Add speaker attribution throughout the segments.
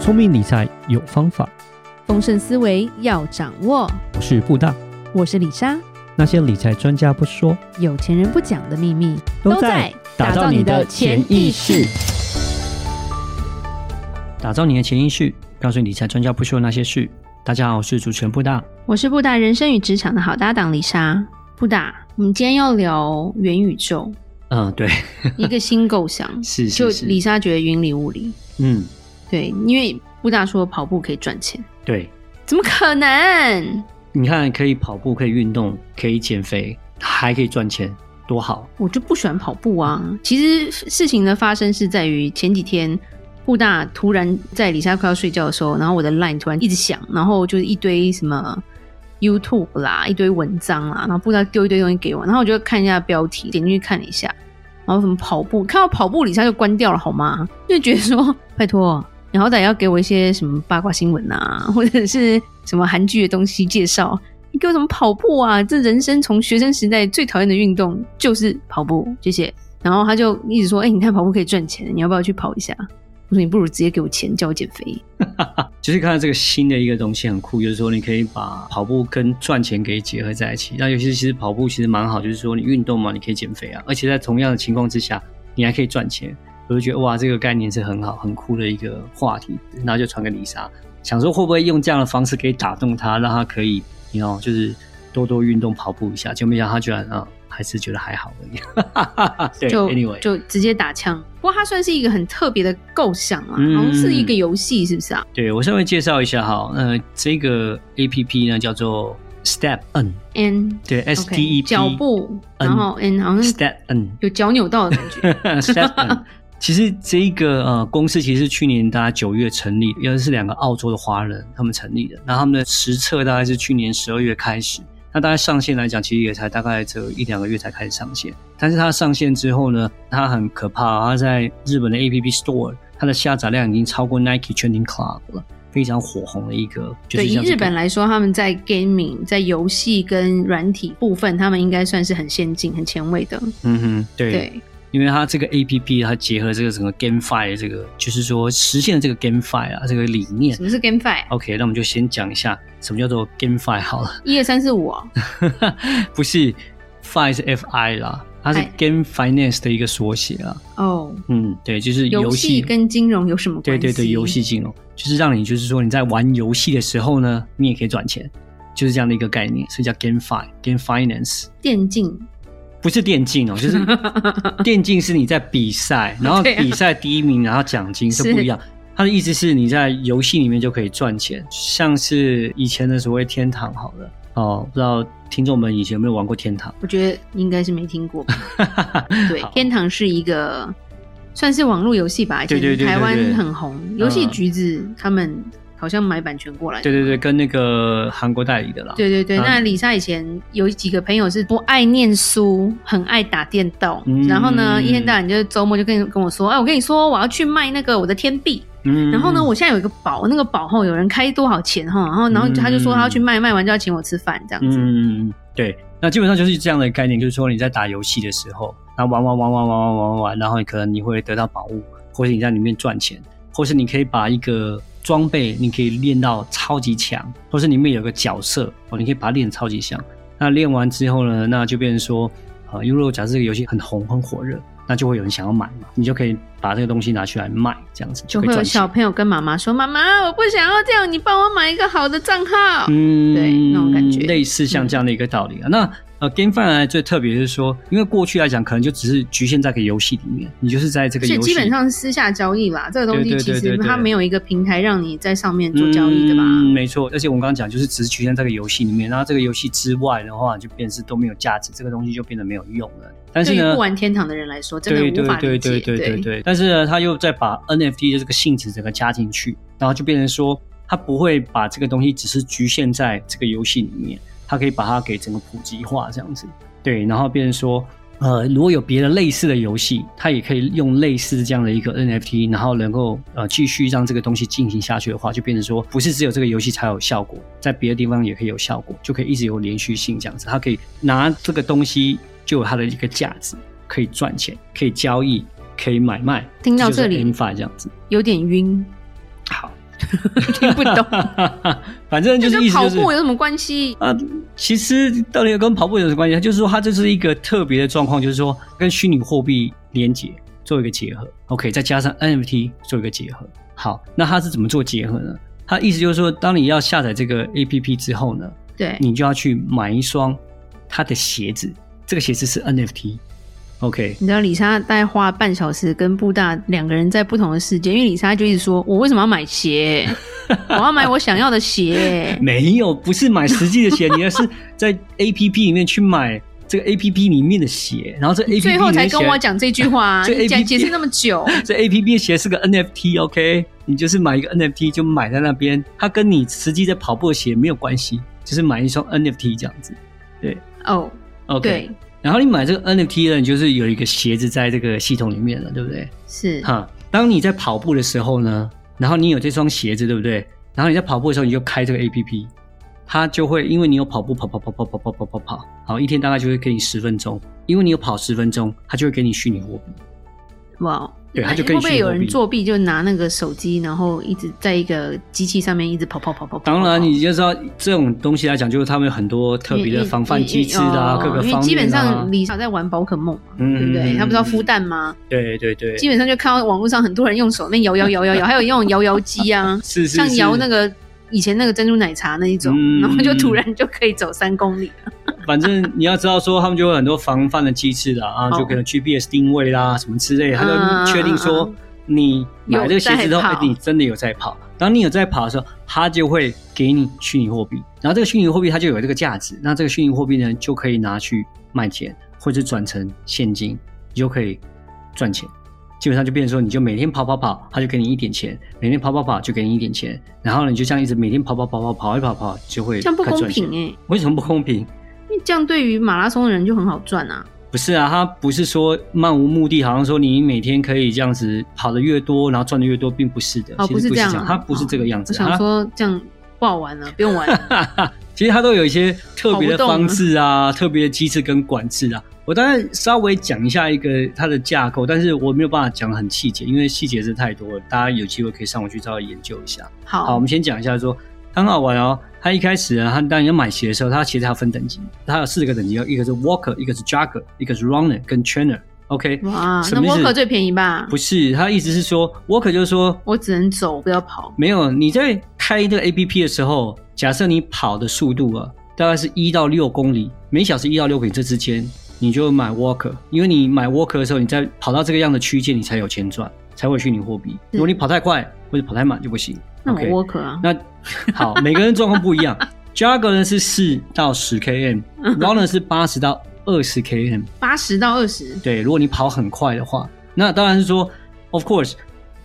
Speaker 1: 聪明理财有方法，
Speaker 2: 丰盛思维要掌握。
Speaker 1: 我是布大。
Speaker 2: 我是李莎，
Speaker 1: 那些理财专家不说，
Speaker 2: 有钱人不讲的秘密
Speaker 1: 打造你的潜意识。，打造你的潜意识，告诉你理财专家不说的那些事。大家好，我是主持人布大。
Speaker 2: 我是布达人生与职场的好搭档李莎。布达，我们今天要聊元宇宙，
Speaker 1: 嗯，对，
Speaker 2: 一个新构想。
Speaker 1: 是
Speaker 2: 就是李
Speaker 1: 是，
Speaker 2: 莎觉得云里雾里，
Speaker 1: 嗯，
Speaker 2: 对，因为布达说跑步可以赚钱，
Speaker 1: 对，
Speaker 2: 怎么可能？
Speaker 1: 你看可以跑步，可以运动，可以减肥，还可以赚钱，多好！
Speaker 2: 我就不喜欢跑步啊。其实事情的发生是在于前几天，布大突然在李莎快要睡觉的时候，然后我的 line 突然一直响，然后就是一堆什么 YouTube 啦，一堆文章啦，然后布大丢一堆东西给我，然后我就看一下标题，点进去看了一下，然后什么跑步，看到跑步李莎就关掉了好吗？就觉得说，拜托。你好歹要给我一些什么八卦新闻啊，或者是什么韩剧的东西介绍，你给我什么跑步啊？这人生从学生时代最讨厌的运动就是跑步，谢谢。然后他就一直说：“哎、你看跑步可以赚钱，你要不要去跑一下？”我说：“你不如直接给我钱，叫我减肥。
Speaker 1: 就是看到这个新的一个东西很酷，就是说你可以把跑步跟赚钱给结合在一起。那尤其是其实跑步其实蛮好，就是说你运动嘛，你可以减肥啊，而且在同样的情况之下，你还可以赚钱。我就觉得哇，这个概念是很好、很酷的一个话题，然后就传给丽莎，想说会不会用这样的方式可以打动她，让她可以，你知道，就是多多运动、跑步一下。结果没想到她居然啊、还是觉得还好 而已。对
Speaker 2: 就
Speaker 1: ，anyway，
Speaker 2: 就直接打枪。不过它算是一个很特别的构想啊，
Speaker 1: 嗯
Speaker 2: 好像是一个游戏，是不是啊？
Speaker 1: 对我稍微介绍一下哈，呃，这个 A P P 呢叫做 Step N，
Speaker 2: n
Speaker 1: 对 S T E P
Speaker 2: 脚步，然后 n 好像
Speaker 1: Step N
Speaker 2: 有脚扭到的感觉。
Speaker 1: Step N。其实这个呃公司其实是去年大概九月成立，也是两个澳洲的华人他们成立的，然后他们的实测大概是去年十二月开始，那大概上线来讲，其实也才大概只有一两个月才开始上线。但是它上线之后呢，它很可怕，它在日本的 App Store 它的下载量已经超过 Nike Training Club 了，非常火红的一个， 就是
Speaker 2: 对，以
Speaker 1: 像这个
Speaker 2: 日本来说，他们在 gaming 在游戏跟软体部分，他们应该算是很先进、很前卫的。
Speaker 1: 嗯哼，对
Speaker 2: 对，
Speaker 1: 因为它这个 A P P 它结合这个整个 GameFi 这个，就是说实现这个 GameFi 啊这个理念
Speaker 2: 什。么是啊 GameFi？
Speaker 1: OK，那我们就先讲一下什么叫做 GameFi 好了，
Speaker 2: 一二三四五哦，
Speaker 1: 不是 Fi 是 F I 啦，它是
Speaker 2: 哎
Speaker 1: Game Finance 的一个缩写啦。
Speaker 2: 哦，
Speaker 1: 嗯，对，就是
Speaker 2: 游戏跟金融有什么关
Speaker 1: 对
Speaker 2: 系？
Speaker 1: 对对，游戏金融就是让你就是说你在玩游戏的时候呢，你也可以赚钱，就是这样的一个概念，所以叫 GameFi Game Finance。
Speaker 2: 电竞，
Speaker 1: 不是电竞 哦，就是电竞是你在比赛，然后
Speaker 2: 对啊
Speaker 1: 比赛第一名，然后奖金是
Speaker 2: 是
Speaker 1: 不一样。他的意思是你在游戏里面就可以赚钱，像是以前的所谓天堂好了。哦，不知道听众们以前有没有玩过天堂？
Speaker 2: 我觉得应该是没听 过吧。对
Speaker 1: 好，
Speaker 2: 天堂是一个算是网络游戏吧，以前
Speaker 1: 对对对对
Speaker 2: 台湾
Speaker 1: 对
Speaker 2: 很红，游戏橘子他们好像买版权过来。
Speaker 1: 对对对，跟那个韩国代理的啦。
Speaker 2: 对对对，
Speaker 1: 嗯
Speaker 2: 那李莎以前有几个朋友是不爱念书，很爱打电动，
Speaker 1: 嗯
Speaker 2: 然后呢，一天到晚就是周末就跟跟我说，哎，我跟你说，我要去卖那个我的天币，
Speaker 1: 嗯
Speaker 2: 然后呢，我现在有一个宝，那个宝后有人开多少钱哈，然后然后他就说他要去卖，卖完就要请我吃饭这样子。
Speaker 1: 嗯，对，那基本上就是这样的概念，就是说你在打游戏的时候，然后玩玩玩玩玩玩玩玩玩，然后你可能你会得到宝物，或是你在里面赚钱，或是你可以把一个装备你可以练到超级强，或是里面有个角色哦，你可以把它练超级强。那练完之后呢，那就变成说，呃，因为如果假设这个游戏很红很火热，那就会有人想要买嘛，你就可以把这个东西拿去来卖，这样子
Speaker 2: 就
Speaker 1: 可以
Speaker 2: 会有
Speaker 1: 赚钱
Speaker 2: 小。朋友跟妈妈说：“妈妈，我不想要这样，你帮我买一个好的账号。
Speaker 1: 嗯，
Speaker 2: 对那种感觉
Speaker 1: 类似像这样的一个道理啊。那呃，GameFi 来最特别就是说，因为过去来讲，可能就只是局限在个游戏里面，你就是在这个
Speaker 2: 而且
Speaker 1: 游戏
Speaker 2: 基本上是私下交易啦，这个东
Speaker 1: 对
Speaker 2: 西
Speaker 1: 对
Speaker 2: 其
Speaker 1: 对
Speaker 2: 实
Speaker 1: 对对
Speaker 2: 它没有一个平台让你在上面做交易的吧？
Speaker 1: 嗯，没错。而且我们刚刚讲，就是只是局限在这个游戏里面，然后这个游戏之外的话，就变成是都没有价值，这个东西就变得没有用了。但是
Speaker 2: 对于
Speaker 1: 呢
Speaker 2: 不，玩天堂的人来说，真
Speaker 1: 对
Speaker 2: 的
Speaker 1: 对
Speaker 2: 无法
Speaker 1: 对
Speaker 2: 理
Speaker 1: 对
Speaker 2: 解。
Speaker 1: 对对对。但是呢，他又再把 NFT 的这个性质整个加进去，然后就变成说，他不会把这个东西只是局限在这个游戏里面，他可以把它给整个普及化这样子。对，然后变成说，呃，如果有别的类似的游戏，它也可以用类似这样的一个 NFT，然后能够呃继续让这个东西进行下去的话，就变成说，不是只有这个游戏才有效果，在别的地方也可以有效果，就可以一直有连续性这样子。它可以拿这个东西就有它的一个价值，可以赚钱，可以交易，可以买卖。
Speaker 2: 听到这里
Speaker 1: 就是 GameFi 这样子，
Speaker 2: 有点晕。
Speaker 1: 好。
Speaker 2: 听不懂，
Speaker 1: 反正就是
Speaker 2: 这
Speaker 1: 意
Speaker 2: 跟
Speaker 1: 思
Speaker 2: 跑
Speaker 1: 就是
Speaker 2: 步有什么关系？
Speaker 1: 啊，其实到底跟跑步有什么关系？它就是说，它这是一个特别的状况，就是说跟虚拟货币连接做一个结合，OK，再加上 NFT 做一个结合。好，那它是怎么做结合呢？它意思就是说，当你要下载这个 APP 之后呢，
Speaker 2: 对，
Speaker 1: 你就要去买一双它的鞋子，这个鞋子是 NFT，OK，、。
Speaker 2: 你知道李莎大概花了半小时跟布大两个人在不同的世界，因为李莎就一直说：“我为什么要买鞋？我要买我想要的鞋
Speaker 1: 没有，不是买实际的鞋，你而 是在 APP 里面去买这个 APP 里面的鞋，然后这 APP ”
Speaker 2: 最后才跟
Speaker 1: 里面
Speaker 2: 我
Speaker 1: 鞋
Speaker 2: 讲这句话、啊，
Speaker 1: 这
Speaker 2: 你
Speaker 1: APP
Speaker 2: 讲解释那么 久，
Speaker 1: 这 A P P 鞋是个 N F T，OK，、你就是买一个 N F T 就买在那边，它跟你实际在跑步的鞋没有关系，就是买一双 N F T 这样子
Speaker 2: 哦，
Speaker 1: ，OK
Speaker 2: 对。，
Speaker 1: 然后你买这个 N F T 呢，你就是有一个鞋子在这个系统里面了，对不对？
Speaker 2: 是
Speaker 1: 哈，当你在跑步的时候呢，然后你有这双鞋子，对不对？然后你在跑步的时候，你就开这个 A P P，它就会因为你有跑步跑跑跑跑跑跑跑跑跑，好，一天大概就会给你十分钟，因为你有跑十分钟，它就会给你虚拟货币。
Speaker 2: 哇。哎
Speaker 1: 对它就
Speaker 2: 会
Speaker 1: 跟你
Speaker 2: 不会
Speaker 1: 虚拟
Speaker 2: 有
Speaker 1: 货
Speaker 2: 人
Speaker 1: 币
Speaker 2: 作弊，就拿那个手机，然后一直在一个机器上面一直跑跑跑跑跑跑
Speaker 1: 当然，你就知道这种东西来讲，就是他们有很多特别
Speaker 2: 嗯
Speaker 1: 的防范机制啦，
Speaker 2: 因为哦
Speaker 1: 各个
Speaker 2: 嗯因为
Speaker 1: 方面啊
Speaker 2: 基本上李莎在玩宝可梦嘛，
Speaker 1: 嗯
Speaker 2: 对不对？
Speaker 1: 嗯
Speaker 2: 他不是要孵蛋吗？
Speaker 1: 对对对，
Speaker 2: 基本上就看到网络上很多人用手那边摇摇摇摇摇，还有那种摇摇机啊，
Speaker 1: 是是
Speaker 2: 像
Speaker 1: 是
Speaker 2: 摇那个以前那个珍珠奶茶那一种，
Speaker 1: 嗯
Speaker 2: 然后就突然就可以走三公里。
Speaker 1: 反正你要知道说，他们就有很多防范的机制啦，啊，
Speaker 2: 哦
Speaker 1: 就可能 GPS 定位啦什么之类的，他
Speaker 2: 嗯
Speaker 1: 就确定说
Speaker 2: 嗯
Speaker 1: 你买这个鞋子之后，
Speaker 2: 有在
Speaker 1: 哎
Speaker 2: 跑，
Speaker 1: 你真的有在跑。当你有在跑的时候，他就会给你虚拟货币，然后这个虚拟货币它就有这个价值，那这个虚拟货币呢就可以拿去卖钱，或者转成现金，你就可以赚钱。基本上就变成说，你就每天跑跑跑，他就给你一点钱；每天跑跑跑就给你一点钱，然后你就这样一直每天跑跑跑跑跑一跑跑，就会
Speaker 2: 这样不
Speaker 1: 开始
Speaker 2: 公
Speaker 1: 赚
Speaker 2: 平
Speaker 1: 钱
Speaker 2: 哎、
Speaker 1: 为什么不公平？
Speaker 2: 因为这样对于马拉松的人就很好赚啊。
Speaker 1: 不是啊，他不是说漫无目的，好像说你每天可以这样子跑得越多，然后赚得越多，并不是的。
Speaker 2: 哦，
Speaker 1: 其实
Speaker 2: 是
Speaker 1: 不
Speaker 2: 这
Speaker 1: 是
Speaker 2: 样
Speaker 1: 这
Speaker 2: 啊
Speaker 1: 样，，他不是这个样子。
Speaker 2: 哦我想说这样不好玩了，啊不用 玩了。
Speaker 1: 他其实他都有一些特别的
Speaker 2: 跑不动
Speaker 1: 方式啊，特别的机制跟管制啊。我当然稍微讲一下一个它的架构，但是我没有办法讲得很细节，因为细节是太多了。大家有机会可以上网去稍微研究一下。好，我
Speaker 2: 好
Speaker 1: 们，先讲一下说，很好玩哦。它一开始呢，它当你要买鞋的时候，它其实它分等级，它有四个等级哦，一个是 walker，一个是 jogger，一个是 runner 跟 trainer。OK，
Speaker 2: 哇，
Speaker 1: 什
Speaker 2: 啊那
Speaker 1: 么意思
Speaker 2: Walker 最便宜吧？
Speaker 1: 不是，他意思是说，Walker 就是说，
Speaker 2: 我只能走，不要跑。
Speaker 1: 没有你在开这个 APP 的时候，假设你跑的速度啊，大概是一到六公里，每小时一到六公里这之间，你就买 Walker，因为你买 Walker 的时候，你在跑到这个样的区间，你才有钱赚，才会虚拟货币。如果你跑太快或者跑太慢就不行。
Speaker 2: 那我
Speaker 1: OK
Speaker 2: Walker 啊，
Speaker 1: 那好，每个人状况不一 样。Jogger 呢是四到十 km，Runner 是八十到二十 km。
Speaker 2: 八十到二十，
Speaker 1: 对，如果你跑很快的话，那当然是说，of course，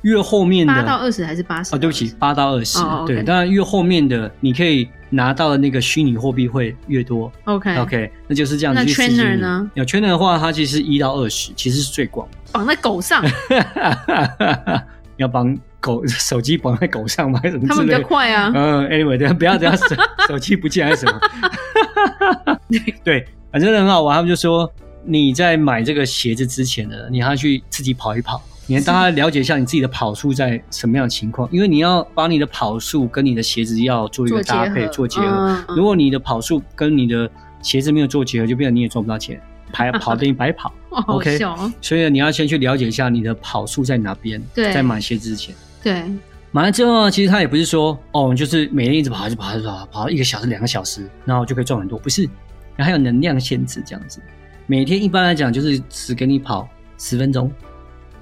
Speaker 1: 越后面的
Speaker 2: 八到二十还是八十？
Speaker 1: 哦，
Speaker 2: 啊
Speaker 1: 对不起，，八到二十、
Speaker 2: 哦，OK
Speaker 1: 对，当然越后面的你可以拿到的那个虚拟货币会越多。
Speaker 2: OK，
Speaker 1: OK，那就是这样子
Speaker 2: 那
Speaker 1: 去实行。
Speaker 2: trainer 呢？
Speaker 1: 有 trainer 的话，它其实一到二十，其实是最广。
Speaker 2: 绑在狗上，
Speaker 1: 要绑狗手机绑在狗上吗？还是什么
Speaker 2: 他
Speaker 1: 之
Speaker 2: 们比
Speaker 1: 类
Speaker 2: 较
Speaker 1: 的？
Speaker 2: 快 啊。
Speaker 1: 嗯，anyway，等下不要等下手手机不见还是什么？ 对，反正很好玩。他们就说你在买这个鞋子之前呢，你还要去自己跑一跑，你要大家了解一下你自己的跑速在什么样的情况，因为你要把你的跑速跟你的鞋子要做一个
Speaker 2: 做
Speaker 1: 搭配做结合。
Speaker 2: 嗯
Speaker 1: 如果你的跑速跟你的鞋子没有做结合，就变成你也赚不到钱，白跑 等于白跑。
Speaker 2: 哦好
Speaker 1: OK
Speaker 2: 笑哦，
Speaker 1: 所以呢你要先去了解一下你的跑速在哪边，
Speaker 2: 对
Speaker 1: 在买鞋子之前。
Speaker 2: 对，
Speaker 1: 买了之后呢，其实他也不是说哦，你就是每天一直跑，一直跑，一直跑，跑一个小时、两个小时，然后就可以赚很多，不是？然后还有能量限制这样子，每天一般来讲就是只给你跑十分钟、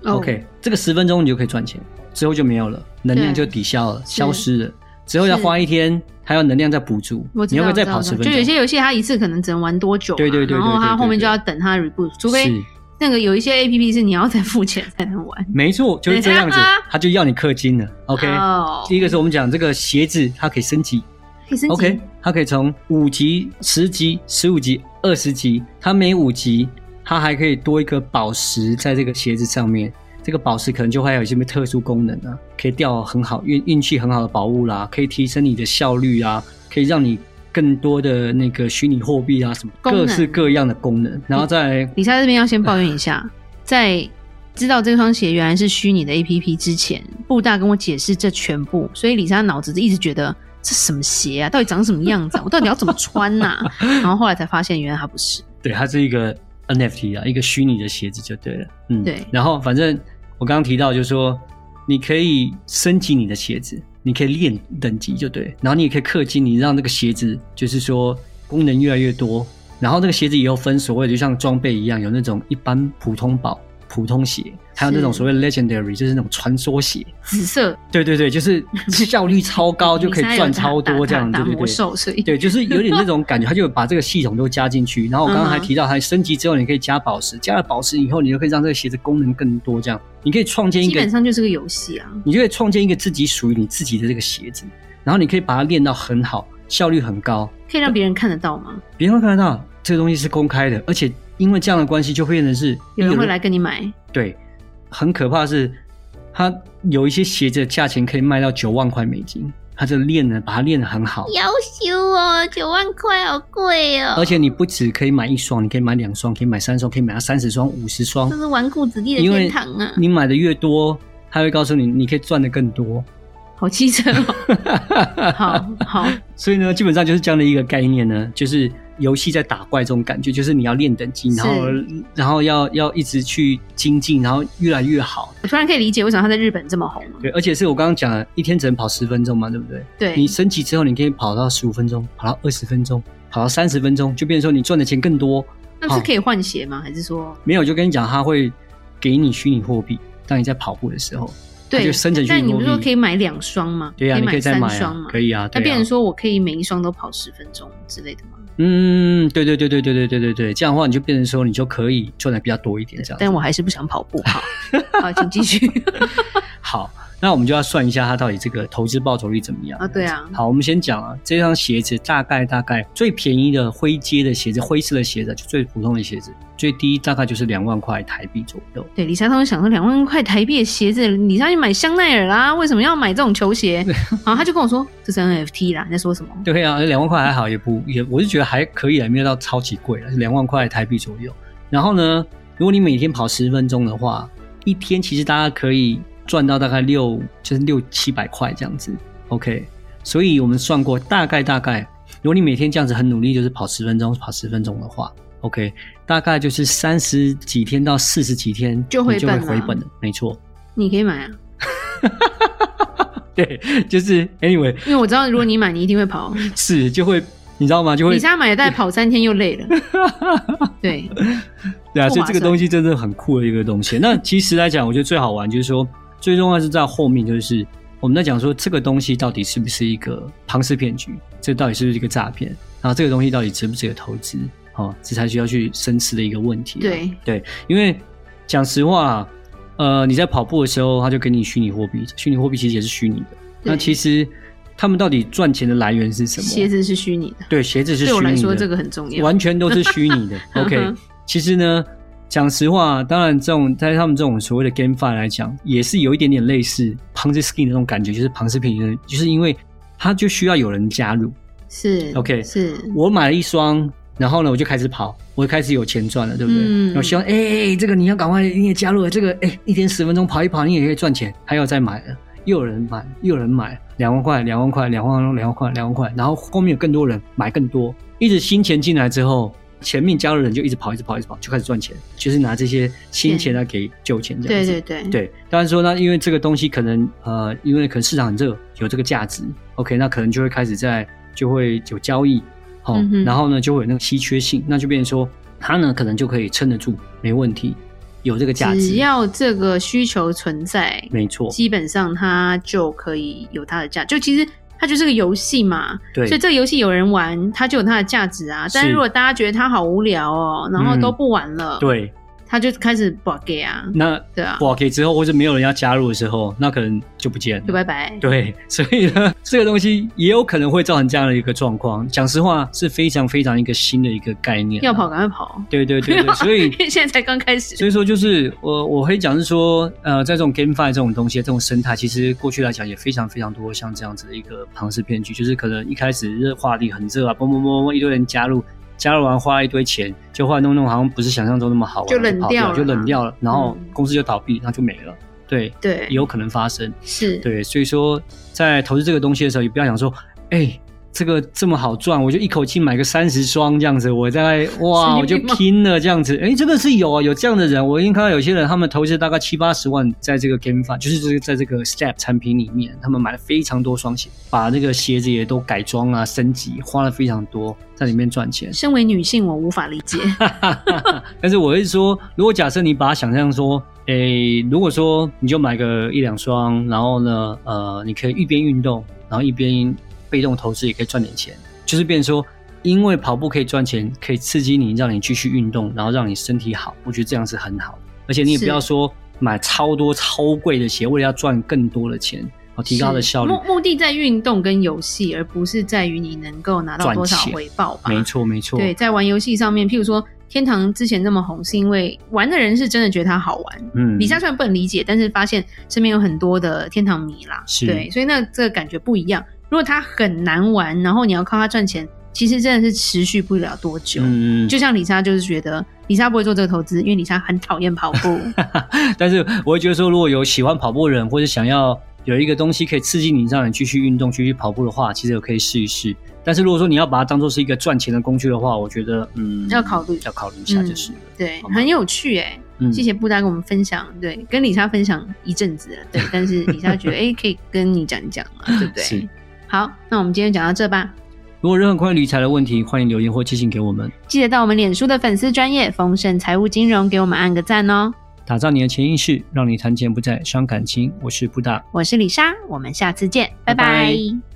Speaker 2: 哦
Speaker 1: o k 这个十分钟你就可以赚钱，之后就没有了，能量就
Speaker 2: 对
Speaker 1: 抵消了，
Speaker 2: 是
Speaker 1: 消失了，之后要花一天，还有能量再补足，
Speaker 2: 我知
Speaker 1: 你
Speaker 2: 道，
Speaker 1: 要不要再
Speaker 2: 我知道
Speaker 1: 跑十分
Speaker 2: 就
Speaker 1: 钟？
Speaker 2: 有些游戏它一次可能只能玩多久嘛，
Speaker 1: 对对对对
Speaker 2: 然后它
Speaker 1: 对对
Speaker 2: 后面
Speaker 1: 对
Speaker 2: 就要等它 reboot，除非
Speaker 1: 是
Speaker 2: 那个有一些 A P P 是你要再付钱才能玩。，
Speaker 1: 没错，就是这样子他就要你氪金了，OK。
Speaker 2: 哦哎
Speaker 1: 第一个是我们讲这个鞋子，它可以升级，
Speaker 2: 可以升级
Speaker 1: OK，它可以从五级、十级、十五级、二十级，它每五级它还可以多一个宝石在这个鞋子上面。这个宝石可能就会有一些特殊功能啊，可以钓很好运运气很好的宝物啦，可以提升你的效率啊，可以让你更多的那个虚拟货币啊什么
Speaker 2: 功能
Speaker 1: 各式各样的功能，然后再来
Speaker 2: 李莎这边要先抱怨一下，在知道这双鞋原来是虚拟的 APP 之前，布大跟我解释这全部，所以李莎脑子一直觉得这什么鞋啊，到底长什么样 子、啊，我到底要怎么穿呐、然后后来才发现，原来它不是。
Speaker 1: 对，它是一个 NFT 啊，一个虚拟的鞋子就对了。嗯，
Speaker 2: 对
Speaker 1: 然后反正我刚刚提到，就是说你可以升级你的鞋子，你可以练等级就对，然后你也可以氪金，你让这个鞋子就是说功能越来越多。然后这个鞋子也有分所谓的，就像装备一样，有那种一般普通宝、普通鞋，还有那种
Speaker 2: 是
Speaker 1: 所谓 legendary，就是那种传说鞋。
Speaker 2: 紫色
Speaker 1: 对对对，就是 效率超高，就可以赚超多这样，
Speaker 2: 打
Speaker 1: 对
Speaker 2: 打
Speaker 1: 对
Speaker 2: 魔
Speaker 1: 对。
Speaker 2: 兽，所 以
Speaker 1: 对，就是有点那种感觉，他就把这个系统都加进去。然后我刚刚
Speaker 2: 嗯
Speaker 1: 还提到，还升级之后你可以加宝石，加了宝石以后，你就可以让这个鞋子功能更多，这样你可以创建一
Speaker 2: 基
Speaker 1: 个
Speaker 2: 本上就是个游戏啊。
Speaker 1: 你就会创建一个自己属于你自己的这个鞋子，然后你可以把它练到很好，效率很高，
Speaker 2: 可以让别人看得到吗？
Speaker 1: 别人会看得到这个东西是公开的，而且因为这样的关系，就会变成是
Speaker 2: 有人会来跟你买，
Speaker 1: 对，很可怕的是，它有一些鞋子的价钱可以卖到九万块美金，它就练了，把它练得很好。
Speaker 2: 要修哦，九万块好贵哦
Speaker 1: 而且你不只可以买一双，你可以买两双，可以买三双，可以买到三十双、五十双。
Speaker 2: 是纨绔子弟
Speaker 1: 因为
Speaker 2: 啊
Speaker 1: 你买的越多，他会告诉你，你可以赚的更多。
Speaker 2: 好机车哦， 好好
Speaker 1: 所以呢，基本上就是这样的一个概念呢，就是游戏在打怪这种感觉，就是你要练等级，
Speaker 2: 是
Speaker 1: 然后然后要要一直去精进，然后越来越好。
Speaker 2: 我突然可以理解为什么他在日本这么红了。
Speaker 1: 对，而且是我刚刚讲的，一天只能跑十分钟嘛，对不对？
Speaker 2: 对，
Speaker 1: 你升级之后，你可以跑到十五分钟，跑到二十分钟，跑到三十分钟，就变成说你赚的钱更多。
Speaker 2: 那是可以换鞋吗？还是说
Speaker 1: 没有，就跟你讲，他会给你虚拟货币，当你在跑步的时候，它
Speaker 2: 对
Speaker 1: 就生成虚拟货币
Speaker 2: 但你不是说可以买两双吗？
Speaker 1: 对呀、
Speaker 2: 可以
Speaker 1: 你可以再
Speaker 2: 三
Speaker 1: 买
Speaker 2: 双
Speaker 1: 啊
Speaker 2: 吗，？
Speaker 1: 可以啊，
Speaker 2: 那
Speaker 1: 对
Speaker 2: 变
Speaker 1: 啊
Speaker 2: 成。说我可以每一双都跑十分钟之类 的吗？
Speaker 1: 嗯，对对对对对对对对对，这样的话你就变成说你就可以赚的比较多一点，这样子。
Speaker 2: 但我还是不想跑步。好，好，请继续。
Speaker 1: 好，那我们就要算一下它到底这个投资报酬率怎么样
Speaker 2: 啊对啊
Speaker 1: 好，我们先讲啊，这双鞋子大概大概最便宜的灰阶的鞋子，灰色的鞋子，就最普通的鞋子，最低大概就是两万块台币左右。
Speaker 2: 对，李莎他们想说两万块台币的鞋子，李莎去买香奈儿啦，为什么要买这种 球鞋？然后他就跟我说这是 NFT 啦，你在说什么？
Speaker 1: 对啊，两万块还好，也不也，我是觉得还可以啊，没有到超级贵了，两万块台币左右。然后呢，如果你每天跑十分钟的话，一天其实大家可以赚到大概六，就是六七百块这样子。OK，所以我们算过，大概大概，如果你每天这样子很努力，就是跑十分钟，跑十分钟的话，OK，大概就是三十几天到四十几天
Speaker 2: 就回
Speaker 1: 你就会
Speaker 2: 本了
Speaker 1: 回本了，没错。
Speaker 2: 你可以买啊，
Speaker 1: 对， 就是 anyway
Speaker 2: 因为我知道如果你买，你一定 会跑。
Speaker 1: 是就会，你知道吗？就会
Speaker 2: 李莎买了大概跑三天又累 了。对，
Speaker 1: 对啊，
Speaker 2: 不
Speaker 1: 所以
Speaker 2: 划
Speaker 1: 这个
Speaker 2: 算
Speaker 1: 东西真的很酷的一个东西。那其实来讲，我觉得最好玩就是 说，最重要是在后面，就是我们在讲说这个东西到底是不是一个庞氏骗局，这到底是不是一个诈骗，然后这个东西到底值不值得投资，哦，这才需要去深思的一个问题啊。
Speaker 2: 对
Speaker 1: 对，因为讲实话，呃，你在跑步的时候，他就给你虚拟货币，虚拟货币其实也是虚拟的。那
Speaker 2: 对
Speaker 1: 其实他们到底赚钱的来源是什么？
Speaker 2: 鞋子是虚拟的，
Speaker 1: 对鞋子是虚
Speaker 2: 对
Speaker 1: 拟
Speaker 2: 我
Speaker 1: 的。
Speaker 2: 来说这个很重要。。
Speaker 1: 完全都是虚拟的 OK，其实呢，讲实话，当然这种在他们这种所谓的 GameFi 来讲，也是有一点点类似 Ponzi Scheme 的那种感觉，就是庞氏骗局，就是因为它就需要有人加入。
Speaker 2: 是
Speaker 1: OK
Speaker 2: 是
Speaker 1: 我买了一双。然后呢，我就开始跑，我开始有钱赚了，对不对？
Speaker 2: 嗯
Speaker 1: 我希望，哎、哎哎这个你要赶快，你也加入了这个，哎、一天十分钟跑一跑，你也可以赚钱，还有再买了，又有人买，又有人买，两万块，两万块，两万块，两万块，两万块，然后后面有更多人买更多，一直新钱进来之后，前面加入的人就一直跑，一直跑，一直跑，就开始赚钱，就是拿这些新钱来给旧钱这样
Speaker 2: 对
Speaker 1: 子。
Speaker 2: 对对
Speaker 1: 对，当然说呢，因为这个东西可能呃，因为可能市场很热，有这个价值，OK，那可能就会开始在就会有交易，好、
Speaker 2: 嗯哼
Speaker 1: 然后呢就会有那个稀缺性，那就变成说它呢可能就可以撑得住，没问题，有这个价值，
Speaker 2: 只要这个需求存在，
Speaker 1: 没错，
Speaker 2: 基本上它就可以有它的价。就其实它就是个游戏嘛，
Speaker 1: 对
Speaker 2: 所以这个游戏有人玩，它就有它的价值啊。但
Speaker 1: 是
Speaker 2: 是如果大家觉得它好无聊哦，然后
Speaker 1: 嗯
Speaker 2: 都不玩了，，
Speaker 1: 对，
Speaker 2: 它就开始不给啊，
Speaker 1: 那
Speaker 2: 对啊，
Speaker 1: 不好给之后，或者没有人要加入的时候，那可能就不见了
Speaker 2: 就。拜拜。
Speaker 1: 对，所以呢，这个东西也有可能会造成这样的一个状况。讲实话，是非常非常一个新的一个概念。啊
Speaker 2: 要跑，赶快跑，
Speaker 1: 对对对对，所以
Speaker 2: 因为现在才刚开始。
Speaker 1: 所以说，就是呃我我会讲是说，呃，在这种 GameFi 这种东西，这种生态，其实过去来讲也非常非常多像这样子的一个庞氏骗局，就是可能一开始热话题很热啊，嘣嘣嘣嘣，一堆人加入，加入完花了一堆钱，就后来弄弄好像不是想象中那么好玩，
Speaker 2: 就冷
Speaker 1: 跑
Speaker 2: 掉
Speaker 1: 掉，
Speaker 2: 了
Speaker 1: 就冷掉了，然后
Speaker 2: 嗯
Speaker 1: 公司就倒闭，然后就没了。对，
Speaker 2: 对
Speaker 1: 也，有可能发生。
Speaker 2: 是，
Speaker 1: 对，所以说在投资这个东西的时候，也不要想说，哎、这个这么好赚，我就一口气买个三十双这样子，我 在哇，
Speaker 2: 神经
Speaker 1: 我就
Speaker 2: 病吗
Speaker 1: 拼了这样子。哎、这个是有啊，有这样的人，我已经看到有些人他们投资大概七八十万在这个 GameFi，就是这个在这个 Step 产品里面，他们买了非常多双鞋，把那个鞋子也都改装啊、升级，花了非常多在里面赚钱。
Speaker 2: 身为女性，我无法理解。
Speaker 1: 但是我会说，如果假设你把它想象说，诶、如果说你就买个一两双，然后呢，呃，你可以一边运动，然后一边被动投资也可以赚点钱，就是变成说，因为跑步可以赚钱，可以刺激你，让你继续运动，然后让你身体好，我觉得这样是很好。而且你也
Speaker 2: 是
Speaker 1: 不要说买超多超贵的鞋，为了要赚更多的钱，好提高它的
Speaker 2: 是
Speaker 1: 效率
Speaker 2: 目。目的在运动跟游戏，而不是在于你能够拿到
Speaker 1: 赚
Speaker 2: 多少
Speaker 1: 钱
Speaker 2: 回报吧。
Speaker 1: 没错，没错，
Speaker 2: 对，在玩游戏上面，譬如说《天堂》之前那么红，是因为玩的人是真的觉得它好玩。
Speaker 1: 嗯，
Speaker 2: 李莎虽然不能理解，但是发现身边有很多的天堂迷啦，
Speaker 1: 是
Speaker 2: 对，所以那这个感觉不一样。如果它很难玩，然后你要靠它赚钱，其实真的是持续不了多久。
Speaker 1: 嗯，嗯嗯
Speaker 2: 就像李莎就是觉得李莎不会做这个投资，因为李莎很讨厌跑 步。
Speaker 1: 但是我会觉得说，如果有喜欢跑步的人，或者想要有一个东西可以刺激你，让你继续运动、继续跑步的话，其实也可以试一试。但是如果说你要把它当做是一个赚钱的工具的话，我觉得嗯，
Speaker 2: 要考虑
Speaker 1: 要考虑一下就是了。
Speaker 2: 嗯对，
Speaker 1: 好吧
Speaker 2: 很有趣哎、
Speaker 1: 嗯，
Speaker 2: 谢谢布达跟我们分享，对，跟李莎分享一阵子了，对，但是李莎 觉得哎、诶可以跟你讲一讲嘛，对不对
Speaker 1: 是？
Speaker 2: 好，那我们今天讲到这吧。
Speaker 1: 如果有任何关于理财的问题，欢迎留言或寄信给我们。
Speaker 2: 记得到我们脸书的粉丝专业丰盛财务金融给我们按个赞哦。
Speaker 1: 打造你的潜意识，让你谈钱不再伤感情。我是布大，
Speaker 2: 我是李莎，我们下次见，拜拜
Speaker 1: 拜拜